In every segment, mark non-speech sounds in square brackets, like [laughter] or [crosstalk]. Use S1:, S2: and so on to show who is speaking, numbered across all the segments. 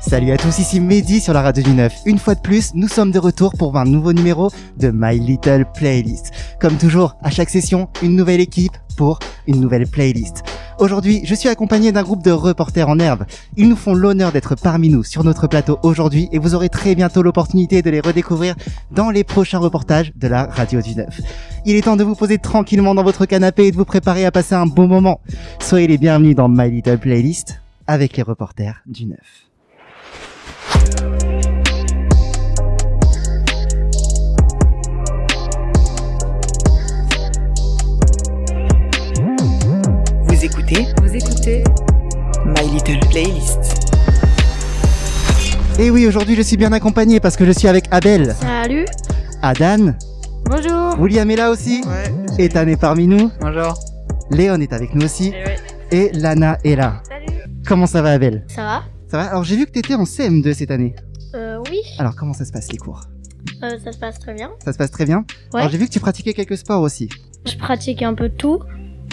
S1: Salut à tous, ici Mehdi sur la radio du 9. Une fois de plus, nous sommes de retour pour un nouveau numéro de My Little Playlist. Comme toujours, à chaque session, une nouvelle équipe pour une nouvelle playlist. Aujourd'hui, je suis accompagné d'un groupe de reporters en herbe. Ils nous font l'honneur d'être parmi nous sur notre plateau aujourd'hui et vous aurez très bientôt l'opportunité de les redécouvrir dans les prochains reportages de la Radio du 9. Il est temps de vous poser tranquillement dans votre canapé et de vous préparer à passer un bon moment. Soyez les bienvenus dans My Little Playlist avec les reporters du 9.
S2: Vous écoutez
S3: Vous écoutez
S2: My Little Playlist.
S1: Et oui, aujourd'hui je suis bien accompagné parce que je suis avec Abel,
S3: Salut
S1: Adan,
S3: Bonjour
S1: William est là aussi,
S4: Ouais.
S1: Ethan est parmi nous,
S4: Bonjour.
S1: Léon est avec nous aussi et Lana est là.
S3: Eh Salut
S1: Comment ça va Abel
S3: Ça va
S1: Ça va Alors j'ai vu que t'étais en CM2 cette année.
S3: Euh oui,
S1: Alors comment ça se passe les cours
S3: euh, ça se passe très bien.
S1: Ça se passe très bien
S3: Ouais.
S1: Alors j'ai vu que tu pratiquais quelques sports aussi.
S3: Je pratique un peu tout.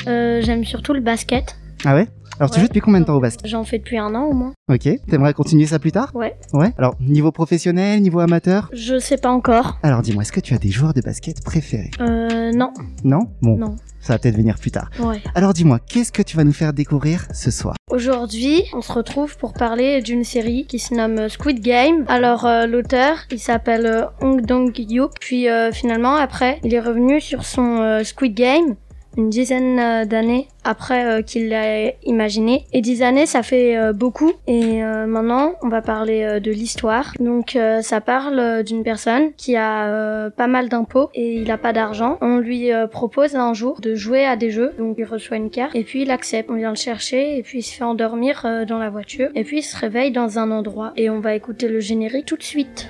S3: Euh, J'aime surtout le basket.
S1: Ah ouais Alors tu
S3: Ouais.
S1: joues depuis combien de temps au basket
S3: J'en fais depuis un an au moins.
S1: Ok. T'aimerais continuer ça plus tard
S3: Ouais.
S1: Ouais. Alors niveau professionnel, niveau amateur
S3: Je sais pas encore.
S1: Alors dis-moi, est-ce que tu as des joueurs de basket préférés
S3: Euh non,
S1: Non Bon,
S3: non.
S1: ça va peut-être venir plus tard.
S3: Ouais.
S1: Alors dis-moi, qu'est-ce que tu vas nous faire découvrir ce soir
S3: Aujourd'hui, on se retrouve pour parler d'une série qui se nomme Squid Game. Alors euh, l'auteur, il s'appelle euh, Hong Dong-hyuk. Puis euh, finalement, après, il est revenu sur son euh, Squid Game une dizaine euh, d'années après euh, qu'il l'a imaginé. Et dix années, ça fait euh, beaucoup. Et euh, maintenant, on va parler euh, de l'histoire. Donc euh, ça parle euh, d'une personne qui a euh, pas mal d'impôts et il a pas d'argent. On lui euh, propose un jour de jouer à des jeux. Donc il reçoit une carte et puis il accepte. On vient le chercher et puis il se fait endormir euh, dans la voiture. Et puis il se réveille dans un endroit. Et on va écouter le générique tout de suite.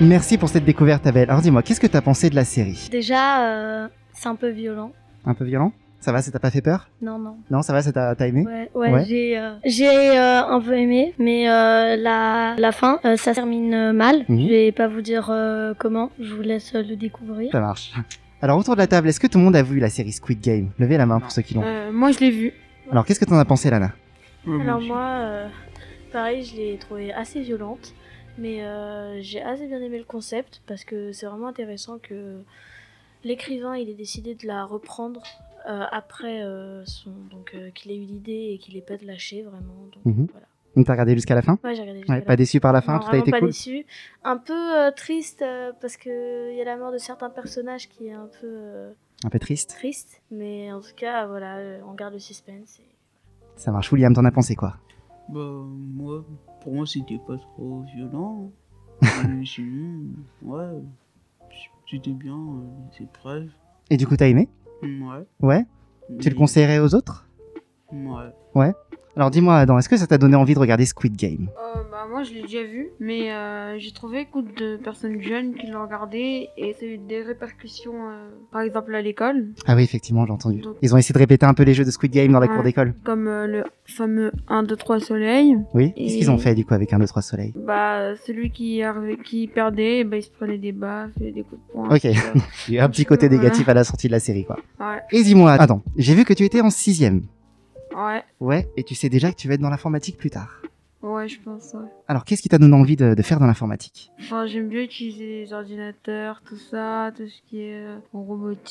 S1: Merci pour cette découverte Abel. Alors dis-moi, qu'est-ce que t'as pensé de la série
S3: Déjà, euh, c'est un peu violent.
S1: Un peu violent Ça va, ça t'a pas fait peur
S3: Non, non.
S1: Non, ça va, ça t'a t'a aimé
S3: Ouais, ouais,
S1: Ouais.
S3: j'ai euh, j'ai, euh, un peu aimé, mais euh, la, la fin, euh, ça se termine euh, mal.
S1: Mhm.
S3: Je vais pas vous dire euh, comment, je vous laisse euh, le découvrir.
S1: Ça marche. Alors autour de la table, est-ce que tout le monde a vu la série Squid Game Levez la main pour ceux qui l'ont.
S5: Euh, moi, je l'ai vu.
S1: Alors qu'est-ce que t'en as pensé Lana
S6: Alors moi, euh, pareil, je l'ai trouvée assez violente, mais euh, j'ai assez bien aimé le concept parce que c'est vraiment intéressant que l'écrivain il ait décidé de la reprendre euh, après euh, son donc euh, qu'il ait eu l'idée et qu'il ait pas de lâcher vraiment. Donc
S1: Mhm.
S6: voilà.
S1: On t'a regardé jusqu'à la fin
S6: Ouais, j'ai regardé. jusqu'à
S1: Ouais,
S6: la
S1: pas
S6: fin.
S1: déçu par la fin,
S6: Non,
S1: tout a
S6: vraiment
S1: été
S6: pas
S1: cool.
S6: déçu. Un peu euh, triste euh, parce que il y a la mort de certains personnages qui est un peu euh,
S1: Un peu triste.
S6: triste, mais en tout cas voilà, euh, on garde le suspense. et-
S1: Ça marche. William, t'en as pensé quoi
S4: Bah, moi, pour moi, c'était pas trop
S1: [laughs]
S4: violent. Mais sinon, ouais, c'était bien euh, les épreuves.
S1: Et du coup, t'as aimé
S4: Ouais.
S1: Ouais. Tu le conseillerais aux autres
S4: Ouais.
S1: Alors dis-moi, Adam, est-ce que ça t'a donné envie de regarder Squid Game
S5: Euh, bah, moi, je l'ai déjà vu, mais euh, j'ai trouvé beaucoup de personnes jeunes qui l'ont regardé et ça a eu des répercussions, euh, par exemple à l'école,
S1: Ah oui, effectivement, j'ai entendu.
S5: Donc-
S1: Ils ont essayé de répéter un peu les jeux de Squid Game dans la cour
S5: Ouais.
S1: d'école.
S5: comme euh, le fameux 1, 2, 3 soleil.
S1: Oui. Qu'est-ce qu'ils ont
S5: Et-
S1: fait du coup avec un 2 3 soleil
S5: Bah, euh, celui qui, arrivait- qui perdait, bah, il se prenait des baffes et des coups de poing.
S1: Ok.
S5: [laughs]
S1: Il y a eu un petit côté
S5: Voilà.
S1: négatif à la sortie de la série, quoi.
S5: Ouais,
S1: Et dis-moi, Adam, j'ai vu que tu étais en sixième.
S5: ouais,
S1: Ouais, et tu sais déjà que tu vas être dans l'informatique plus tard.
S5: ouais, je pense, ouais.
S1: Alors, qu'est-ce qui t'a donné envie de, de faire dans l'informatique
S5: Enfin, j'aime bien utiliser les ordinateurs, tout ça, tout ce qui est euh,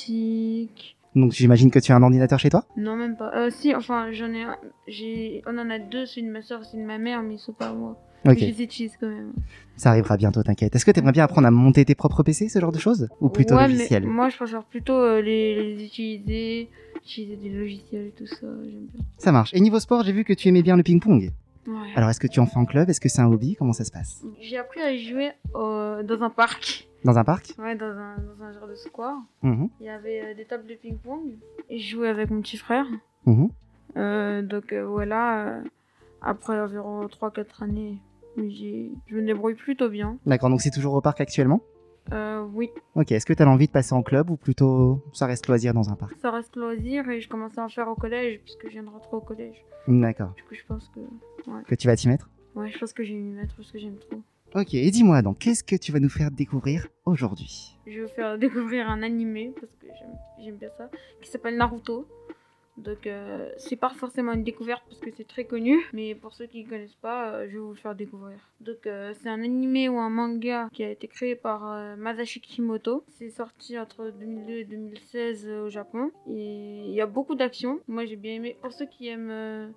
S5: robotique.
S1: Donc, j'imagine que tu as un ordinateur chez toi
S5: Non, même pas. Euh, si, enfin, j'en ai un. J'ai... On en a deux, celui de ma soeur, celui de ma mère, mais ils sont pas à moi.
S1: Ok,
S5: Mais je les utilise quand même.
S1: ça arrivera bientôt, t'inquiète. Est-ce que t'aimerais bien apprendre à monter tes propres PC, ce genre de choses Ou plutôt
S5: ouais,
S1: logiciel
S5: mais moi, je préfère plutôt euh, les, les utiliser, utiliser des logiciels et tout ça. J'aime bien.
S1: Ça marche. Et niveau sport, j'ai vu que tu aimais bien le ping-pong.
S5: Ouais.
S1: Alors, est-ce que tu en fais en club Est-ce que c'est un hobby Comment ça se passe
S5: J'ai appris à jouer euh, dans un parc. [laughs]
S1: Dans un parc
S5: Ouais, dans un, dans un genre de square.
S1: Mhm,
S5: Il y avait euh, des tables de ping-pong. Et je jouais avec mon petit frère.
S1: mhm.
S5: Euh, donc euh, voilà. euh, Après environ 3-4 années, j'ai- je me débrouille plutôt bien.
S1: D'accord, donc c'est toujours au parc actuellement
S5: Euh, oui,
S1: Ok, est-ce que tu as l'envie de passer en club ou plutôt ça reste loisir dans un parc
S5: ça reste loisir et je commençais à en faire au collège puisque je viens de rentrer au collège.
S1: D'accord,
S5: Du coup, je pense que,
S1: que tu vas t'y mettre
S5: ouais, je pense que je vais m'y mettre parce que j'aime trop.
S1: Ok, et dis-moi donc, qu'est-ce que tu vas nous faire découvrir aujourd'hui
S5: Je vais vous faire [laughs] découvrir un animé parce que j'aime- j'aime bien ça, qui s'appelle Naruto. Donc euh, c'est pas forcément une découverte parce que c'est très connu, mais pour ceux qui ne connaissent pas, euh, je vais vous le faire découvrir. Donc euh, c'est un animé ou un manga qui a été créé par euh, Masashi Kishimoto. C'est sorti entre 2002 et 2016 euh, au Japon. Et il y a beaucoup d'action. Moi j'ai bien aimé. Pour ceux qui aiment euh,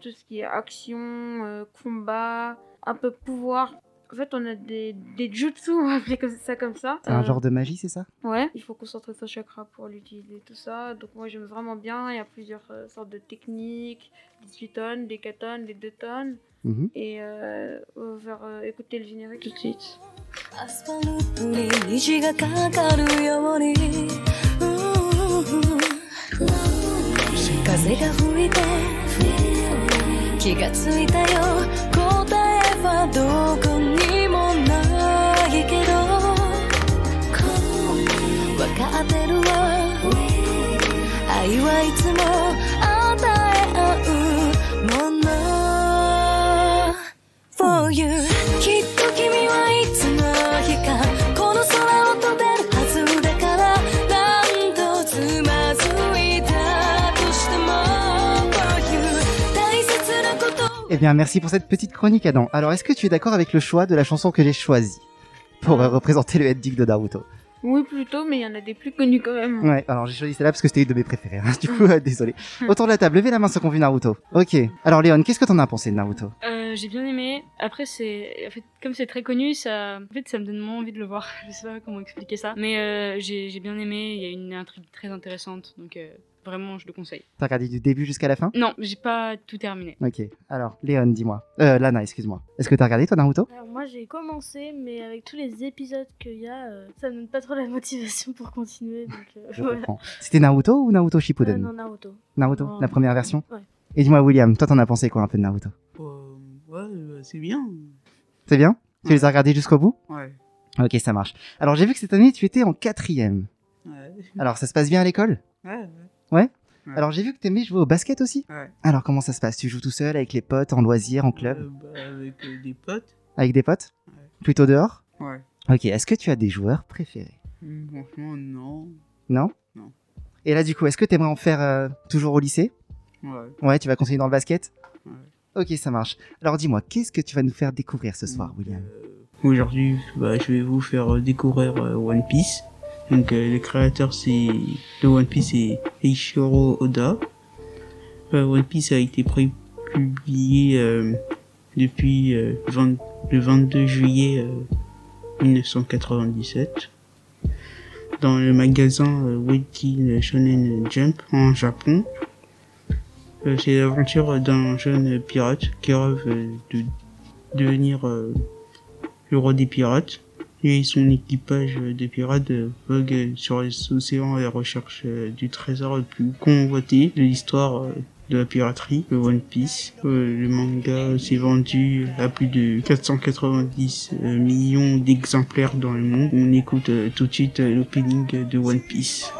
S5: tout ce qui est action, euh, combat, un peu pouvoir. En fait, on a des, des jutsu, [laughs] on va appeler comme ça comme ça.
S1: C'est un
S5: Euh,
S1: genre de magie, c'est ça
S5: Ouais. Il faut concentrer sa chakra pour l'utiliser, tout ça. Donc moi j'aime vraiment bien. Il y a plusieurs euh, sortes de techniques, des 8 tonnes, des 4 tonnes, des 2 tonnes.
S1: Mhm.
S5: Et euh, on va faire, euh, écouter le générique tout de suite.
S7: アスファルトに虹がかかるように風が吹いて気がついたよ答えはどこにもないけどわかってるわ愛はいつも与え合うもの For you きっと君はいつの日かこの空を飛べるはずだから何度つまずいたとしても For you 大切なことを
S1: Eh bien, merci pour cette petite chronique, Adam. Alors, est-ce que tu es d'accord avec le choix de la chanson que j'ai choisie pour euh, représenter le Eddick de Naruto
S5: Oui plutôt, mais il y en a des plus connus quand
S6: Mm.
S5: même.
S1: Ouais, alors j'ai choisi celle-là parce que c'était une de mes préférées. hein. [laughs] Du coup, euh, désolé.
S6: Mm.
S1: Autour de la table, levez la main ceux qui ont vu Naruto. Ok. Alors, Léon, qu'est-ce que t'en as pensé de Naruto
S8: Euh, j'ai bien aimé. Après, c'est en fait, comme c'est très connu, ça, en fait, ça me donne moins envie de le voir. [laughs] Je sais pas comment expliquer ça, mais euh, j'ai j'ai bien aimé. Il y a une intrigue très intéressante, donc euh, vraiment, je le conseille.
S1: T'as regardé du début jusqu'à la fin
S8: Non, j'ai pas
S1: [laughs]
S8: tout terminé.
S1: Ok. Alors, Léon, dis-moi. Euh, Lana, excuse-moi. Est-ce que t'as regardé toi Naruto
S6: Alors moi j'ai commencé, mais avec tous les épisodes qu'il y a, euh, ça me donne pas trop la motivation pour continuer. Donc, euh,
S1: [laughs] Je
S6: voilà.
S1: comprends. C'était Naruto ou Naruto
S6: Euh,
S1: Shippuden
S6: non, Naruto.
S1: Naruto,
S6: Non.
S1: la première version.
S6: Ouais.
S1: Et dis-moi, William, toi t'en as pensé quoi un peu de Naruto
S4: Euh, ouais, euh, c'est bien.
S1: C'est bien Tu
S4: Ouais.
S1: les as regardés jusqu'au bout
S4: Ouais.
S1: Ok, ça marche. Alors, j'ai vu que cette année tu étais en quatrième.
S4: Ouais.
S1: Alors, ça se passe bien à l'école
S4: Ouais. Ouais.
S1: Alors, j'ai vu que t'aimais jouer au basket aussi
S4: Ouais.
S1: Alors, comment ça se passe Tu joues tout seul avec les potes, en loisir, en club
S4: Euh, bah, avec euh, des potes.
S1: Avec des potes
S4: Ouais.
S1: Plutôt dehors
S4: Ouais.
S1: Ok, est-ce que tu as des joueurs préférés
S4: Hum, Franchement, non.
S1: Non
S4: Non.
S1: Et là, du coup, est-ce que t'aimerais en faire euh, toujours au lycée
S4: Ouais.
S1: Ouais, tu vas continuer dans le basket
S4: Ouais.
S1: Ok, ça marche. Alors, dis-moi, qu'est-ce que tu vas nous faire découvrir ce soir,
S4: Donc,
S1: William
S4: euh, Aujourd'hui, bah, je vais vous faire euh, découvrir euh, One Piece. Donc, euh, le créateur c'est de One Piece, c'est Eiichiro Oda. Euh, One Piece a été pré- publié euh, depuis euh, 20 le 22 juillet euh, 1997 dans le magasin euh, Weekly Shonen Jump en Japon. Euh, c'est l'aventure d'un jeune pirate qui rêve euh, de devenir euh, le roi des pirates. Lui et son équipage euh, de pirates euh, voguent sur les océans à la recherche euh, du trésor le plus convoité de l'histoire euh, de la piraterie, le One Piece. Euh, le manga s'est vendu à plus de 490 euh, millions d'exemplaires dans le monde. On écoute euh, tout de suite euh, l'opening de One Piece.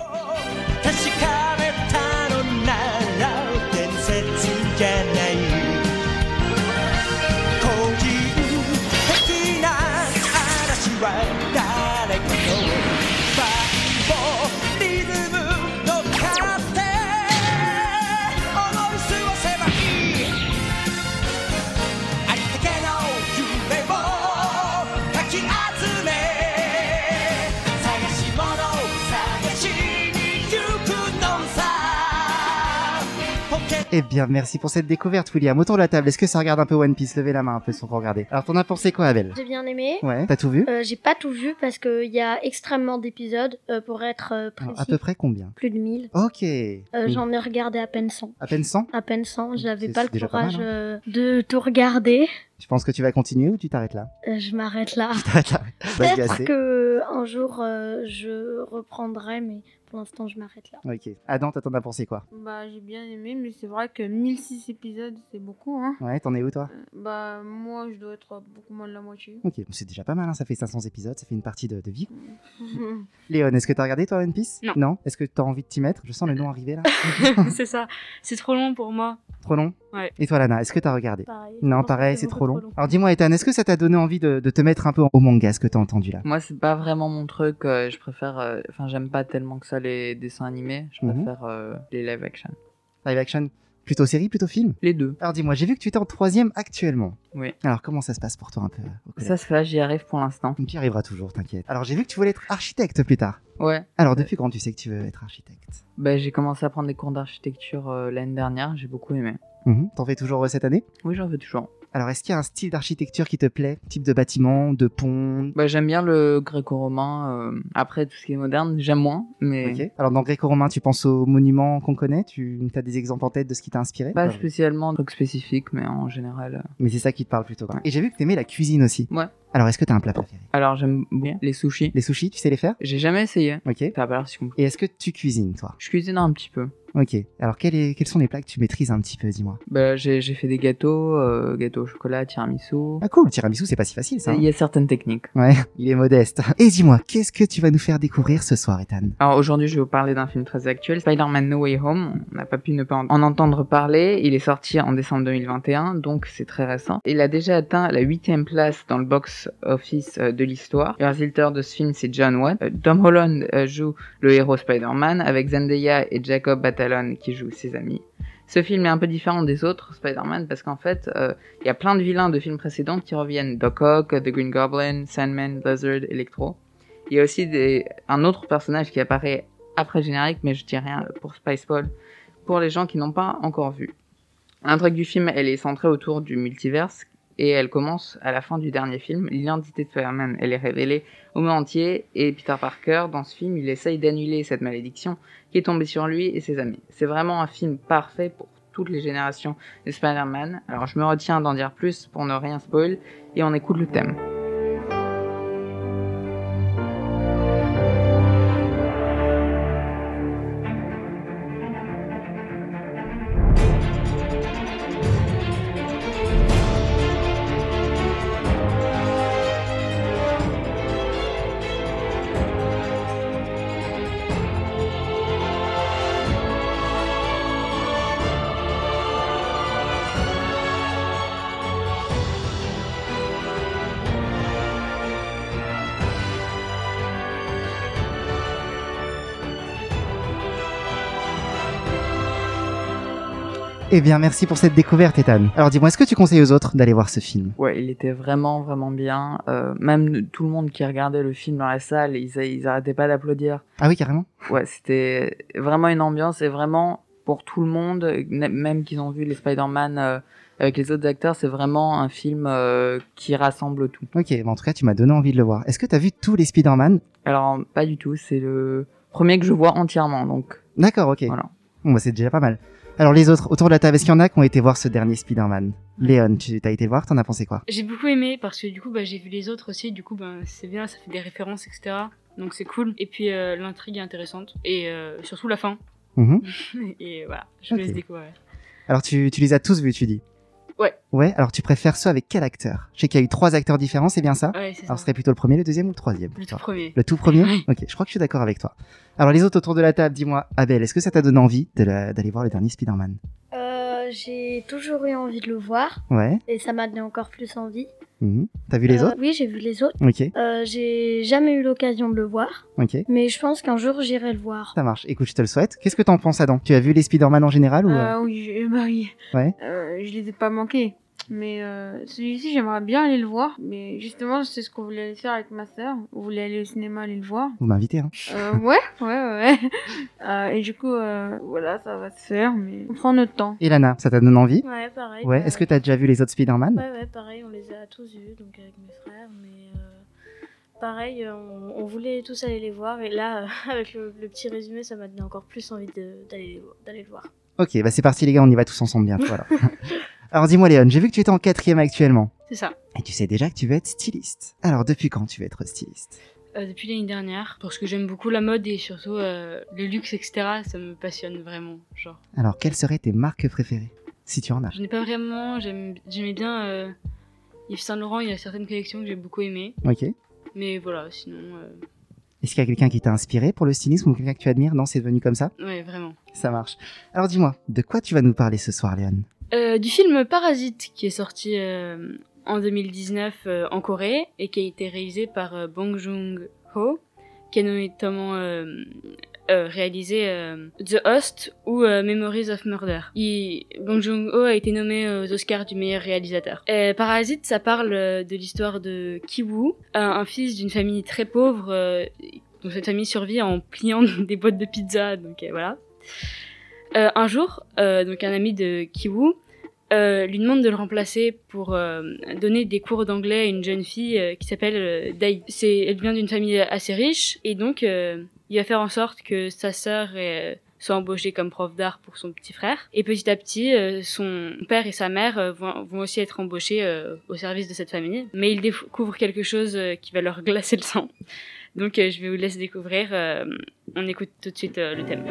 S9: 確かめたのなら伝説じゃない個人的な嵐は誰かのバイボリズムの勝手思い過ごせばいいありったけの夢をかき集め探し物を探しに行くのさポケット
S1: Eh bien, merci pour cette découverte, William. Autour de la table, est-ce que ça regarde un peu One Piece Levez la main un peu sans qu'on regarder. Alors, t'en as pensé quoi, Abel
S3: J'ai bien aimé.
S1: Ouais, t'as tout vu
S3: Euh, j'ai pas tout vu parce qu'il y a extrêmement d'épisodes euh, pour être euh,
S1: Alors,
S3: précis.
S1: À peu près combien
S3: Plus de 1000.
S1: Ok.
S3: Euh,
S1: Oui.
S3: J'en ai regardé à peine 100.
S1: À peine 100
S3: À peine 100. J'avais
S1: C'est-
S3: pas
S1: c'est
S3: le
S1: déjà pas
S3: courage
S1: mal, hein.
S3: euh, de tout regarder.
S1: Tu penses que tu vas continuer ou tu t'arrêtes là
S3: Euh, je m'arrête là. [laughs]
S1: T'arrêtes là. Vas-y,
S3: Peut-être
S1: assez.
S3: que un jour euh, je reprendrai, mais pour l'instant, je m'arrête là.
S1: Ok. Adam, toi, t'en as pensé quoi
S5: Bah, j'ai bien aimé, mais c'est vrai que 1006 épisodes, c'est beaucoup, hein.
S1: Ouais, t'en es où toi
S5: Euh, Bah, moi, je dois être à beaucoup moins de la moitié. [laughs]
S1: Ok, bon, c'est déjà pas mal, hein, ça fait 500 épisodes, ça fait une partie de, de vie.
S5: c'est
S1: Léon, est-ce que t'as regardé toi One Piece
S8: Non.
S1: Est-ce que t'as envie de t'y mettre Je sens le nom arriver là.
S8: c'est ça. C'est trop long pour moi.
S1: trop long
S8: Ouais.
S1: Et toi, Lana, est-ce que t'as regardé
S6: Pareil. Je
S1: Non,
S6: pense que
S1: pareil, c'est
S6: beaucoup
S1: trop long. Alors dis-moi, Ethan, est-ce que ça t'a donné envie de, de te mettre un peu au manga, ce que t'as entendu là
S10: Moi, c'est pas vraiment mon truc. euh, je préfère. euh, Enfin, j'aime pas tellement que ça les dessins animés. Je
S1: Mhm.
S10: préfère euh, les live action.
S1: Live action Plutôt série, plutôt film
S10: Les deux.
S1: Alors dis-moi, j'ai vu que tu étais en troisième actuellement.
S10: Oui.
S1: Alors comment ça se passe pour toi un peu euh, au collège
S10: Ça, ça, j'y arrive pour l'instant.
S1: Tu y arriveras toujours, t'inquiète. Alors j'ai vu que tu voulais être architecte plus tard.
S10: Ouais.
S1: Alors depuis quand tu sais que tu veux être architecte
S10: Bah, j'ai commencé à prendre des cours d'architecture euh, l'année dernière. J'ai beaucoup aimé.
S1: Mhm. T'en fais toujours euh, cette année
S10: Oui, j'en veux toujours.
S1: Alors est-ce qu'il y a un style d'architecture qui te plaît Type de bâtiment, de pont
S10: Bah, j'aime bien le gréco-romain. euh, après, tout ce qui est moderne, j'aime moins. Mais
S1: Ok. Alors dans gréco-romain, tu penses aux monuments qu'on connaît Tu as des exemples en tête de ce qui t'a inspiré
S10: pas
S1: Enfin,
S10: spécialement de trucs spécifiques, mais en général. euh.
S1: Mais c'est ça qui te parle plutôt. Quoi. Et j'ai vu que t'aimais la cuisine aussi.
S10: Ouais.
S1: Alors est-ce que t'as un plat préféré
S10: Alors, j'aime bien les sushis.
S1: Les sushis, tu sais les faire
S10: J'ai jamais essayé.
S1: Ok. Et
S10: Ça a pas l'air si compliqué.
S1: est-ce que tu cuisines toi
S10: Je cuisine un petit peu.
S1: Ok. Alors quel est- quels sont les plats que tu maîtrises un petit peu, dis-moi
S10: Bah, j'ai j'ai fait des gâteaux, euh, gâteaux au chocolat, tiramisu.
S1: Ah cool, le tiramisu, c'est pas si facile ça. hein
S10: Il y a certaines techniques.
S1: Ouais, il est modeste. [laughs] Et dis-moi, qu'est-ce que tu vas nous faire découvrir ce soir, Ethan
S10: Alors aujourd'hui, je vais vous parler d'un film très actuel, Spider-Man No Way Home. On n'a pas pu ne pas en- en entendre parler. Il est sorti en décembre 2021, donc c'est très récent. Il a déjà atteint la huitième place dans le box-office euh, de l'histoire. Le réalisateur de ce film, c'est John Watt. Euh, Tom Holland euh, joue le héros Spider-Man, avec Zendaya et Jacob Batalon qui jouent ses amis. Ce film est un peu différent des autres Spider-Man parce qu'en fait, euh, il y a plein de vilains de films précédents qui reviennent. Doc Ock, The Green Goblin, Sandman, Buzzard, Electro. Il y a aussi des- un autre personnage qui apparaît après le générique, mais je dis rien pour Spiceball, pour les gens qui n'ont pas encore vu. L'intrigue du film, elle est centrée autour du multiverse, et elle commence à la fin du dernier film. L'identité de Spider-Man, elle est révélée au monde entier, et Peter Parker, dans ce film, il essaye d'annuler cette malédiction qui est tombée sur lui et ses amis. C'est vraiment un film parfait pour toutes les générations de Spider-Man. Alors je me retiens d'en dire plus pour ne rien spoil, et on écoute le thème.
S1: Eh bien, merci pour cette découverte, Ethan. Alors dis-moi, est-ce que tu conseilles aux autres d'aller voir ce film
S10: Ouais, il était vraiment, vraiment bien. Euh, même tout le monde qui regardait le film dans la salle, ils, ils arrêtaient pas d'applaudir.
S1: Ah oui, carrément
S10: Ouais, c'était vraiment une ambiance et vraiment pour tout le monde, n- même qu'ils ont vu les Spider-Man euh, avec les autres acteurs, c'est vraiment un film euh, qui rassemble tout.
S1: Ok, bah, en tout cas, tu m'as donné envie de le voir. Est-ce que t'as vu tous les Spider-Man
S10: Alors, pas du tout, c'est le premier que je vois entièrement, donc
S1: D'accord, ok.
S10: Voilà.
S1: Bon, bah, c'est déjà pas mal. Alors les autres, autour de la table, est-ce qu'il y en a qui ont été voir ce dernier Spider-Man Léon, tu t'as été voir, t'en as pensé quoi
S8: J'ai beaucoup aimé parce que du coup bah, j'ai vu les autres aussi, du coup bah, c'est bien, ça fait des références, etc. Donc c'est cool. Et puis euh, l'intrigue est intéressante et euh, surtout la fin.
S1: Mhm.
S8: [laughs] et voilà, je vous
S1: Ok.
S8: laisse découvrir.
S1: Alors tu, tu les as tous vus, tu dis
S8: Ouais.
S1: Ouais, alors tu préfères ceux avec quel acteur Je sais qu'il y a eu trois acteurs différents, c'est bien ça
S8: Ouais, c'est ça.
S1: Alors ce serait plutôt le premier, le deuxième ou le troisième
S8: Euh, Le tout
S1: toi
S8: premier.
S1: Le tout premier
S8: Oui.
S1: Ok, je crois que je suis d'accord avec toi. Alors les autres autour de la table, dis-moi, Abel, est-ce que ça t'a donné envie de la- d'aller voir le dernier Spider-Man
S3: Euh, j'ai toujours eu envie de le voir
S1: Ouais.
S3: et ça m'a donné encore plus envie.
S1: Mhm. T'as vu les
S3: Euh,
S1: autres
S3: Oui, j'ai vu les autres.
S1: Ok,
S3: Euh, j'ai jamais eu l'occasion de le voir,
S1: ok.
S3: mais je pense qu'un jour j'irai le voir.
S1: Ça marche. Écoute, je te le souhaite. Qu'est-ce que t'en penses, Adam Tu as vu les Spider-Man en général ou... euh,
S5: Ah oui, je, bah oui.
S1: Ouais.
S5: Euh, je les ai pas manqués. Mais euh, celui-ci, j'aimerais bien aller le voir. Mais justement, c'est ce qu'on voulait aller faire avec ma sœur. On voulait aller au cinéma, aller le voir.
S1: Vous m'invitez, hein
S5: Euh, ouais, ouais, ouais. Euh, et du coup, euh, voilà, ça va se faire. Mais on prend notre temps.
S1: Et Lana, ça t'a donné envie
S6: Ouais, pareil.
S1: Ouais.
S6: bah,
S1: Est-ce que t'as déjà vu les autres Spider-Man
S6: Ouais, ouais, pareil, on les a tous vus, donc avec mes frères, mais euh, pareil, euh, on, on voulait tous aller les voir, et là, [laughs] euh, avec le, le petit résumé, ça m'a donné encore plus envie de- d'aller les vo- d'aller le voir.
S1: Ok, bah c'est parti les gars, on y va tous ensemble bientôt alors. [laughs] alors dis-moi Léon, j'ai vu que tu étais en quatrième actuellement.
S8: C'est ça.
S1: Et tu sais déjà que tu veux être styliste. Alors depuis quand tu veux être styliste
S8: euh, depuis l'année dernière parce que j'aime beaucoup la mode et surtout euh, le luxe, etc. Ça me passionne vraiment. Genre,
S1: Alors, quelles seraient tes marques préférées Si tu en as.
S8: je n'ai pas vraiment. j'aime- J'aimais bien euh, Yves Saint Laurent. Il y a certaines collections que j'ai beaucoup aimées,
S1: Ok.
S8: mais voilà. Sinon, euh,
S1: Est-ce qu'il y a quelqu'un qui t'a inspiré pour le stylisme ou quelqu'un que tu admires Non, c'est devenu comme ça
S8: ouais, vraiment.
S1: Ça marche. Alors dis-moi, de quoi tu vas nous parler ce soir, Léon
S8: Euh, du film Parasite qui est sorti euh, en 2019 euh, en Corée et qui a été réalisé par euh, Bong Joon-ho, qui a notamment euh, euh, réalisé euh, The Host ou euh, Memories of Murder. Il, Bong Joon-ho a été nommé euh, aux Oscars du meilleur réalisateur. Euh, Parasite, ça parle euh, de l'histoire de Ki-woo, un, un fils d'une famille très pauvre euh, dont cette famille survit en pliant [laughs] des boîtes de pizza, donc euh, voilà. Euh, un jour, euh, donc un ami de Kiwoo euh, lui demande de le remplacer pour euh, donner des cours d'anglais à une jeune fille euh, qui s'appelle euh, Dai. C'est, elle vient d'une famille assez riche et donc euh, il va faire en sorte que sa sœur euh, soit embauchée comme prof d'art pour son petit frère. Et petit à petit, euh, son père et sa mère euh, vont, vont aussi être embauchés euh, au service de cette famille. Mais ils découvrent quelque chose euh, qui va leur glacer le sang. Donc euh, je vais vous laisser découvrir. euh, on écoute tout de suite euh, le thème.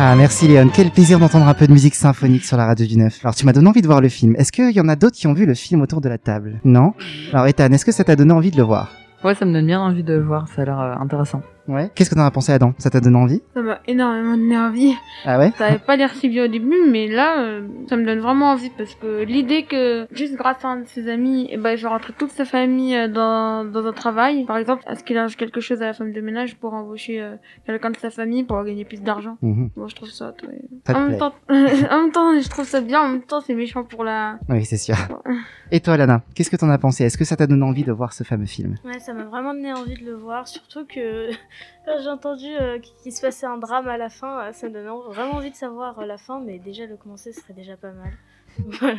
S1: Ah, merci Léon. Quel plaisir d'entendre un peu de musique symphonique sur la radio du 9. Alors, tu m'as donné envie de voir le film. Est-ce qu'il y en a d'autres qui ont vu le film autour de la table Non Alors, Ethan, est-ce que ça t'a donné envie de le voir
S10: Ouais, ça me donne bien envie de le voir, ça a l'air euh, intéressant.
S1: Ouais. Qu'est-ce que t'en as pensé, Adam Ça t'a donné envie
S5: Ça m'a énormément énervé.
S1: Ah ouais
S5: Ça avait pas l'air si bien au début, mais là, euh, ça me donne vraiment envie parce que l'idée que juste grâce à un de ses amis, eh ben, il va rentrer toute sa famille euh, dans, dans un travail. Par exemple, est-ce qu'il arrange quelque chose à la femme de ménage pour embaucher euh, quelqu'un de sa famille pour gagner plus d'argent
S1: Mhm.
S5: Bon, je trouve ça. ouais.
S1: Ça te
S5: En,
S1: plaît
S5: même temps, [laughs] en même temps, je trouve ça bien. En même temps, c'est méchant pour la.
S1: Oui, c'est sûr. Et toi, Lana Qu'est-ce que t'en as pensé Est-ce que ça t'a donné envie de voir ce fameux film
S6: Ouais, ça m'a vraiment donné envie de le voir, surtout que [laughs] quand j'ai entendu euh, qu'il se passait un drame à la fin, euh, ça me donnait vraiment envie de savoir euh, la fin, mais déjà le commencer ce serait déjà pas mal. [laughs] Voilà.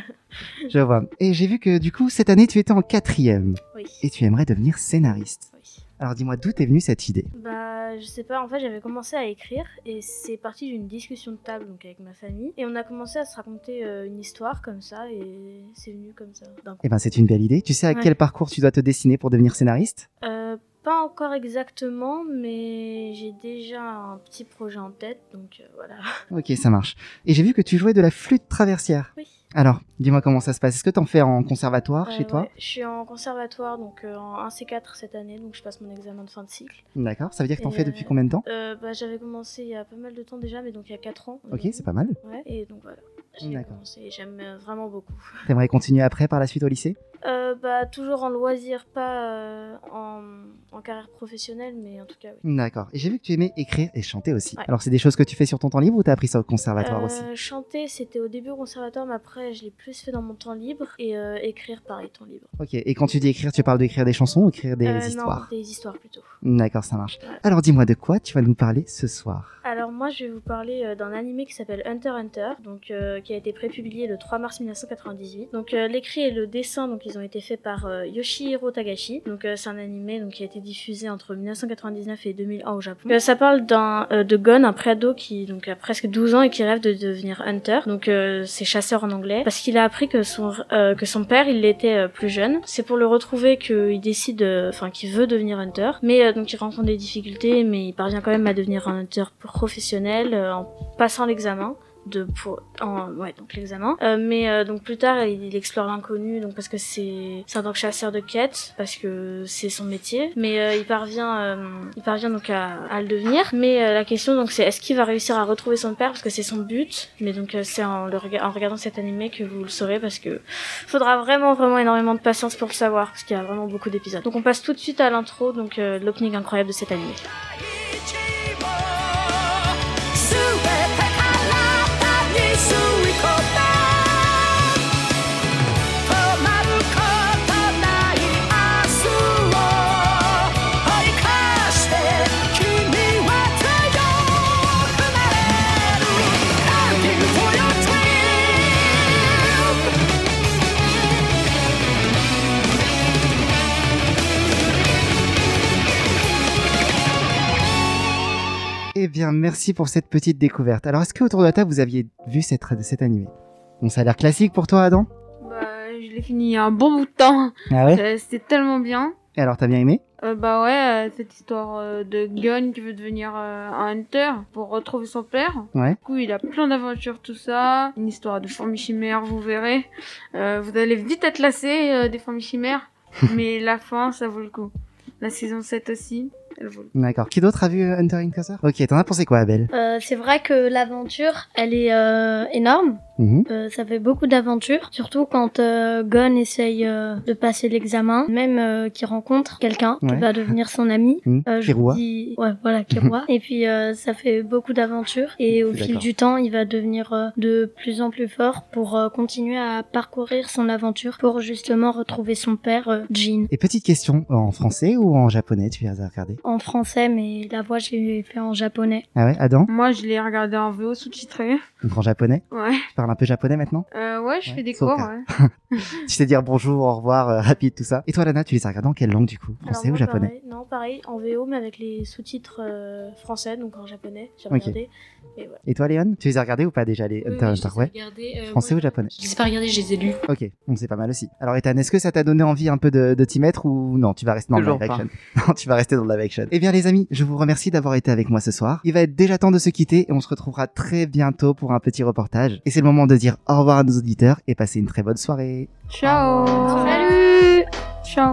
S1: Je vois. Et j'ai vu que, du coup, cette année, tu étais en quatrième.
S6: Oui.
S1: Et tu aimerais devenir scénariste.
S6: Oui.
S1: Alors, dis-moi, d'où t'es venue cette idée
S6: Bah, je sais pas, en fait, j'avais commencé à écrire et c'est parti d'une discussion de table donc avec ma famille et on a commencé à se raconter euh, une histoire comme ça et c'est venu comme ça d'un coup.
S1: Eh ben, c'est une belle idée. Tu sais à
S6: Ouais.
S1: quel parcours tu dois te dessiner pour devenir scénariste
S6: Euh, pas encore exactement, mais j'ai déjà un petit projet en tête donc euh, voilà.
S1: Ok, ça marche. Et j'ai vu que tu jouais de la flûte traversière.
S6: Oui.
S1: Alors, dis-moi comment ça se passe. Est-ce que t'en fais en conservatoire
S6: Euh,
S1: chez toi
S6: ouais, Je suis en conservatoire, donc euh, en 1C4 cette année, donc je passe mon examen de fin de cycle.
S1: D'accord. Ça veut dire que t'en
S6: Et,
S1: fais
S6: euh,
S1: depuis combien de temps
S6: Euh, bah, j'avais commencé il y a pas mal de temps déjà, mais donc il y a 4 ans.
S1: Ok, c'est pas mal.
S6: Ouais, et donc voilà. J'ai
S1: D'accord.
S6: commencé, et j'aime euh, vraiment beaucoup.
S1: T'aimerais continuer après par la suite au lycée
S6: Euh, bah, toujours en loisir, pas euh, en, en carrière professionnelle, mais en tout cas, oui.
S1: D'accord. Et j'ai vu que tu aimais écrire et chanter aussi.
S6: Ouais.
S1: Alors, c'est des choses que tu fais sur ton temps libre ou t'as appris ça au conservatoire aussi
S6: Euh, chanter, c'était au début au conservatoire, mais après, je l'ai plus fait dans mon temps libre. Et euh, écrire, pareil, temps libre.
S1: Ok. Et quand tu dis écrire, tu parles d'écrire des chansons ou écrire des
S6: Euh,
S1: histoires
S6: Non, des histoires plutôt.
S1: D'accord, ça marche.
S6: Ouais.
S1: Alors, dis-moi de quoi tu vas nous parler ce soir
S6: Alors moi je vais vous parler euh, d'un animé qui s'appelle Hunter x Hunter, donc euh, qui a été prépublié le 3 mars 1998. Donc euh, l'écrit et le dessin donc ils ont été faits par euh, Yoshihiro Tagashi. Donc euh, c'est un animé donc qui a été diffusé entre 1999 et 2001 au Japon. Euh, ça parle d'un euh, de Gon, un pré-ado qui donc a presque 12 ans et qui rêve de devenir hunter. Donc euh, c'est chasseur en anglais parce qu'il a appris que son euh, que son père il l'était euh, plus jeune. C'est pour le retrouver qu'il décide euh, enfin qu'il veut devenir hunter. Mais euh, donc il rencontre des difficultés mais il parvient quand même à devenir un hunter professionnel euh, en passant l'examen de pour en- ouais donc l'examen Euh, mais euh, donc plus tard il, il explore l'inconnu donc parce que c'est c'est en tant que chasseur de quêtes parce que c'est son métier mais euh, il parvient euh, il parvient donc à, à le devenir mais euh, la question donc c'est est-ce qu'il va réussir à retrouver son père parce que c'est son but mais donc euh, c'est en le rega- en regardant cet animé que vous le saurez parce que faudra vraiment vraiment énormément de patience pour le savoir parce qu'il y a vraiment beaucoup d'épisodes donc on passe tout de suite à l'intro donc euh, l'opening incroyable de cet animé
S9: 一も「すべてあなたに吸い込んだ」
S1: Eh bien, merci pour cette petite découverte. Alors, est-ce que autour de la table, vous aviez vu cette, cet animé Bon, ça a l'air classique pour toi, Adam
S5: Bah, je l'ai fini il y a un bon bout de temps.
S1: Ah ouais
S5: Euh, C'était tellement bien.
S1: Et alors, t'as bien aimé
S5: Euh, bah ouais, euh, cette histoire euh, de Gun qui veut devenir euh, un hunter pour retrouver son père.
S1: Ouais.
S5: Du coup, il a plein d'aventures, tout ça. Une histoire de fourmis chimères, vous verrez. Euh, vous allez vite être lassé euh, des
S1: [laughs]
S5: fourmis chimères. mais la fin, ça vaut le coup. La saison 7 aussi, elle vaut le coup.
S1: D'accord. Qui d'autre a vu euh, Hunter x Hunter Ok, t'en as pensé quoi, Abel
S3: Euh, c'est vrai que l'aventure, elle est euh, énorme.
S1: Mhm.
S3: Euh, ça fait beaucoup d'aventures, surtout quand euh, Gon essaye euh, de passer l'examen, même euh, qu'il rencontre quelqu'un
S1: Ouais.
S3: qui va devenir son ami.
S1: Mhm.
S3: Euh, je
S1: Kirua.
S3: vous dis- Ouais, voilà,
S1: [laughs]
S3: Kirua. et puis euh, ça fait beaucoup d'aventures et au
S1: Je suis
S3: fil
S1: d'accord.
S3: du temps, il va devenir euh, de plus en plus fort pour euh, continuer à parcourir son aventure pour justement retrouver son père, euh, Jin.
S1: Et petite question, euh, en français ou en japonais, tu les as regardés
S3: En français, mais la voix, j'ai fait en japonais.
S1: Ah ouais, Adam
S5: Moi, je l'ai regardé en VO sous-titré.
S1: Tu comprends japonais
S5: Ouais.
S1: Tu parles un peu japonais maintenant
S5: Euh, ouais, je
S1: Ouais,
S5: fais des
S1: Sokka.
S5: cours, ouais.
S8: Mm.
S1: Tu sais dire bonjour, au revoir, euh, rapide, tout ça. Et toi, Lana, tu les as regardés en quelle langue du coup Français
S6: Alors,
S1: ou
S6: moi,
S1: japonais
S6: pareil- Non, pareil, en VO, mais avec les sous-titres euh, français, donc en japonais. J'ai
S1: Ok.
S6: regardé.
S1: Et toi, Léon Tu les as regardés ou pas déjà, les
S8: Oui,
S1: Hunter
S8: oui,
S1: x
S8: je les ai
S1: Hunter Ouais.
S8: regardés, euh,
S1: Français
S8: moi,
S1: ou japonais
S8: Je les ai pas regardés, je les ai lus.
S1: Ok, donc c'est pas mal aussi. Alors, Ethan, est-ce que ça t'a donné envie un peu de, de t'y mettre ou non Tu vas rester dans le
S10: Toujours
S1: live action. [laughs] Non, tu vas rester dans le live action. Eh bien, les amis, je vous remercie d'avoir été avec moi ce soir. Il va être déjà temps de se quitter et on se retrouvera très bientôt pour un petit reportage. Et c'est le moment de dire au revoir à nos auditeurs et passer une très bonne soirée.
S5: Ciao
S3: Salut
S5: Ciao